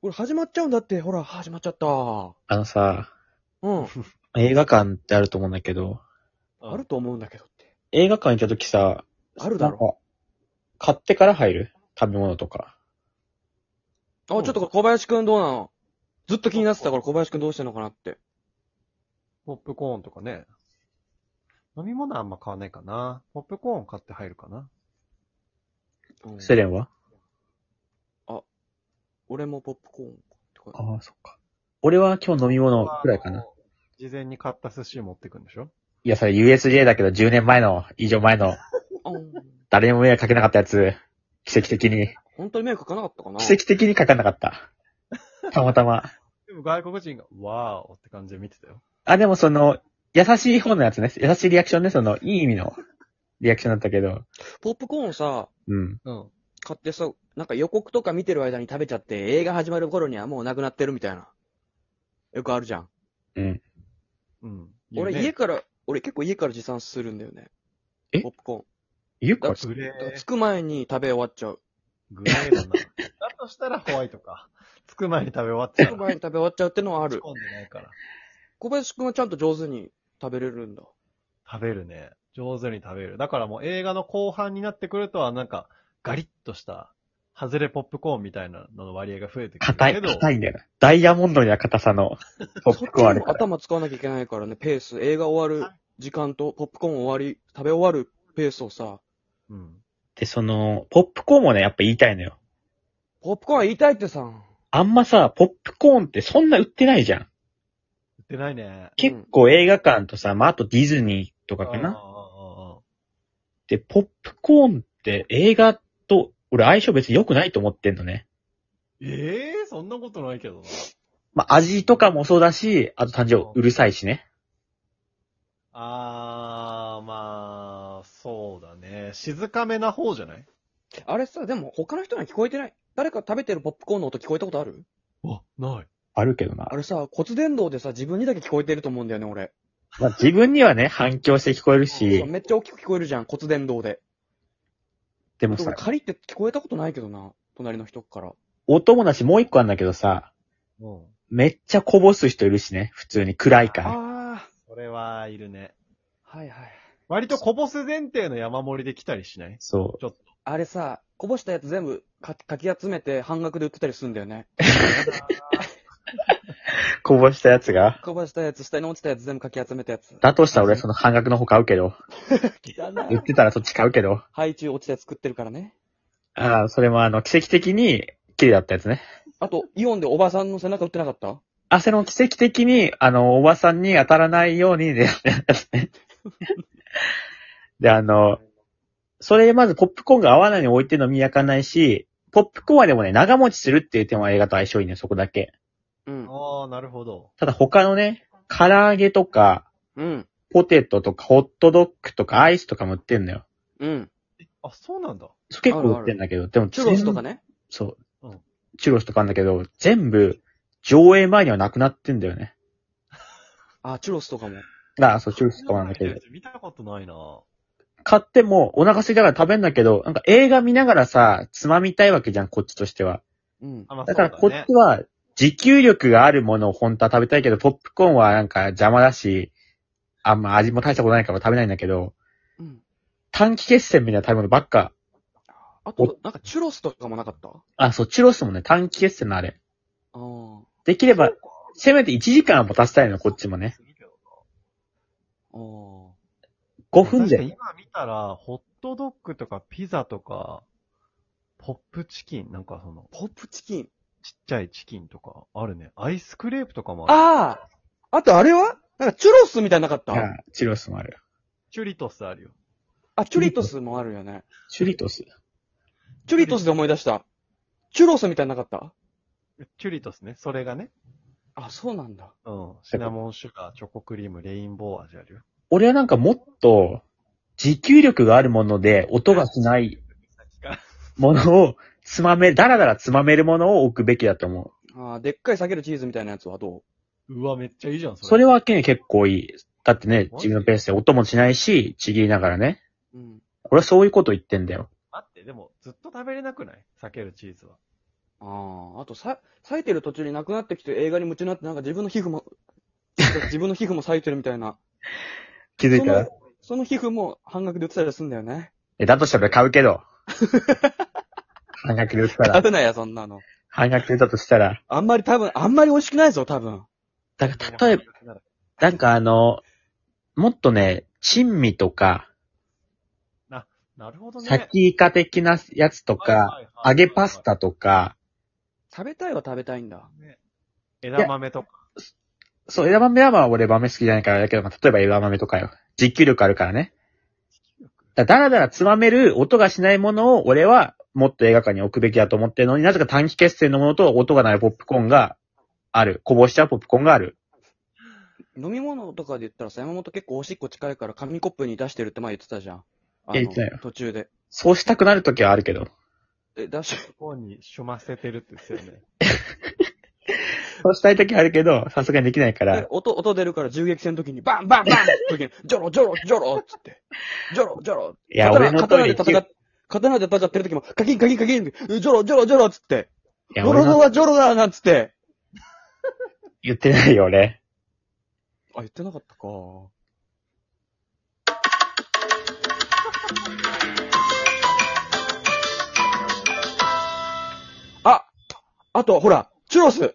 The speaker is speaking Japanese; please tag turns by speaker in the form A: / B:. A: これ始まっちゃうんだって、ほら、始まっちゃった。
B: あのさ、
A: うん。
B: 映画館ってあると思うんだけど、
A: あると思うんだけどって。
B: 映画館行った時さ、
A: あるだろ
B: ろ。買ってから入る食べ物とか。
A: あ、ちょっとこれ小林くんどうなのずっと気になってたから小林くんどうしてんのかなって。
C: ポップコーンとかね。飲み物あんま買わないかな。ポップコーン買って入るかな。
A: うん
B: セレンは
A: 俺もポップコーンとか。
B: ああ、そっか。俺は今日飲み物くらいか
C: あ
B: な。
C: の。事前に買った寿司持ってくんでしょ
B: いや、それ USJ だけど10年前の、以上前の、
A: あうん
B: 誰にも迷惑かけなかったやつ、奇跡的に、
A: 本当に迷惑かけなかったかな
B: 奇跡的にかかんなかった。たまたま。
C: でも外国人が、わーおって感じで見てたよ。
B: あ、でもその、優しい方のやつね。優しいリアクションね。その、いい意味のリアクションだったけど。
A: ポップコーンさ、
B: うん。
C: うん。
A: 買ってさ、なんか予告とか見てる間に食べちゃって、映画始まる頃にはもうなくなってるみたいな。よくあるじゃん。
B: うん。
C: うん。
A: 俺
C: 言う
A: 家
C: ね、
A: から、俺結構家から持参するんだよね。
B: え
A: ポップコ
B: ゆっこ
C: グレ
A: ーン。
C: ー
A: 着、く前に食べ終わっちゃう。
C: グレーだな。だとしたらホワイトか。着く前に食べ終わっちゃ
A: 着
C: う
A: く。前に食べ終わっちゃうってのはある
C: 仕。込んでないから。
A: 小林くんはちゃんと上手に食べれるんだ。
C: 食べるね。上手に食べる。だからもう映画の後半になってくるとは、なんか、ガリッとした、ハズレポップコーンみたいなのの割合が増えてくる
B: 硬
C: け
B: い、
C: ど。
B: 硬いんだよな。ダイヤモンドには硬さのポップコーンある
A: そ
B: か
A: っち
B: ら。
A: にも頭使わなきゃいけないからね、ペース。映画終わる時間と、ポップコーン終わり、食べ終わるペースをさ、
C: うん。
B: で、その、ポップコーンもね、やっぱ言いたいのよ。
A: ポップコーンは言いたいってさ、
B: あんまさ、ポップコーンってそんな売ってないじゃん。
C: 売ってないね。
B: 結構映画館とさ、まあ、あとディズニーとかか
C: あ
B: な。
C: ああああ
B: で、ポップコーンって映画と、俺相性別に良くないと思ってんのね。
C: ええそんなことないけどな。
B: まあ、味とかもそうだし、あと単純にうるさいしね。
C: あー、まあ、そうだね。静かめな方じゃない
A: あれさ、でも他の人には聞こえてない。誰か食べてるポップコーンの音聞こえたことある
C: あ、ない。
B: あるけどな
A: あ。れさ、骨伝導でさ、自分にだけ聞こえてると思うんだよね、俺。
B: まあ、自分にはね、反響して聞こえる
A: そう
B: し、
A: めっちゃ大きく聞こえるじゃん、骨伝導で。
B: でも
A: でも
B: さ、
A: カリって聞こえたことないけどな、隣の人から。
B: 音もだしもう一個あるんだけどさ、
C: うん。
B: めっちゃこぼす人いるしね、普通に暗いから。
A: あ
C: それは、いるね。
A: あ、はいはい。
C: 割とこぼす前提の山盛りで来たりしない
B: そ
A: あれさ、こぼしたやつ全部かかき集めて半額で売ってたりするんだよね。
B: う。こぼしたやつが。
A: こぼしたやつ、下に落ちたやつ全部かき集めたやつ。
B: だとしたら俺その半額の方買うけど、
A: 汚い
B: 売ってたらそっち買うけど。
A: 配中落ちたやつ食ってるからね。
B: ああ、それもあの、奇跡的に綺麗だったやつね。
A: あと、イオンでおばさんの背中売ってなかった
B: あ、それも奇跡的に、あの、おばさんに当たらないようにね、で、あの、それまずポップコーンが合わないように置いてるの見焼かないし、ポップコーンはでもね、長持ちするっていう点は映画と相性いいね、そこだけ。
A: うん。
C: あー、なるほど。
B: ただ他のね、唐揚げとか、
A: うん。
B: ポテトとか、ホットドッグとか、アイスとかも売ってんのよ。
A: うん。
C: あ、そうなんだ。
B: そう結構売ってんだけど、でも
A: チュロスと
B: 全
A: か
B: 部
A: ね。
B: そう、
C: うん
B: チュロスとかあんだけど、全部、上映前にはなくなってんだよね。
A: あ、チュロスとかも。
B: ああ、そう、チュロスとかなんだけど。
C: 見たことないな。
B: 買っても、お腹空いたから食べんだけど、なんか映画見ながらさ、つまみたいわけじゃん、こっちとしては。
A: うん。
C: あ、まあ、
B: だから
C: そう
B: こっ
C: ね
B: ちは、持久力があるものを本当は食べたいけど、ポップコーンはなんか邪魔だし、あんま味も大したことないから食べないんだけど、
A: うん。
B: 短期決戦みたいな食べ物ばっか
A: あと、なんかチュロスとかもなかったあ
B: あ、そう、チュロスもね、短期決戦のあれ。
A: あー。
B: できれば、せめて1時間は持たせたいの、こっちもね。
A: あー
B: 5分
C: 確
B: で。
C: かに今見たら、ホットドッグとかピザとか、ポップチキン、なんかその、
A: ポップチキン。
C: ちっちゃいチキンとか、あるね。アイスクレープとかもある。
A: あああとあれはなんかチュロスみたいなのなか
B: あ
A: った
B: チュロスもある。
C: チュリトスあるよ。
A: あ、チュリトスもあるよね。
B: チュリトス。
A: チュリトスで思い出した。チュロスみたいなのなかった
C: チュリトスね。それがね。
A: あ、そうなんだ。
C: うん。シナモンシュガー、チョコクリーム、レインボー味あるよ。
B: 俺はなんかもっと、持久力があるもので、音がしないものを、つまめ、だらだらつまめるものを置くべきだと思う。
A: あーでっかい下げるチーズみたいなやつはどう
C: うわ、めっちゃいいじゃん、
B: それ
C: は。
B: はね、結構いい。だってね、自分のペースで音もしないし、ちぎりながらね。
A: うん。
B: 俺はそういうこと言ってんだよ。
C: 待って、でも、ずっと食べれなくない避けるチーズは。
A: ああ、あとさ、咲いてる途中になくなってきて映画に夢中になって、なんか自分の皮膚も、 自分の皮膚も咲いてるみたいな。
B: 気づい
A: その
B: た、
A: その皮膚も半額で売ってたりするんだよね。
B: え、だとしたら買うけど。半額で売った
A: 食
B: ら、
A: べないや、そんなの。
B: 半額で売ったとしたら。
A: あんまり多分、あんまり美味しくないぞ、多分。
B: だから、例えば、
C: ば。
B: なんかあの、もっとね、珍味とか、
C: なるほどね。
B: サキイカ的なやつとか、
C: はいはいはいはい、
B: 揚げパスタとか、
A: 食べたいは食べたいんだ。
C: ね。枝豆とか。
B: そう、枝豆はまあ俺豆好きじゃないからだけど、まあ、例えば枝豆とかよ。持久力あるからね。だからだらだらつまめる音がしないものを俺はもっと映画館に置くべきだと思ってるのになぜか短期決戦のものと音がないポップコーンがある。こぼしちゃうポップコーンがある。
A: 飲み物とかで言ったらさ、山本結構おしっこ近いから紙コップに出してるって前言ってたじゃん。あ
B: え言ってたよ
A: の、途中で。
B: そうしたくなるときはあるけど。
A: え、出し、
C: ここにしょませてるって言ってたよね。
B: そうしたいときはあるけど、さすがにできないか
A: え
B: ら。
A: 音、音出るから銃撃戦の時に、バンバンバンって時に、ジョロジョロジョロっつって。ジョロジョロ。
B: いや、
A: 刀
B: 俺のト
A: 刀
B: イレ
A: で
B: 行
A: 戦
B: き、い
A: っ、刀で戦ってる時も、カキンカキンカキンって、ジョロジョロジョロっつって。ジ
B: や、
A: ョ
B: 俺
A: ロロ
B: の
A: はジョロだなんつって。
B: 言ってないよ、俺。
A: あ、言ってなかったか。あ、あと、ほら、チュロス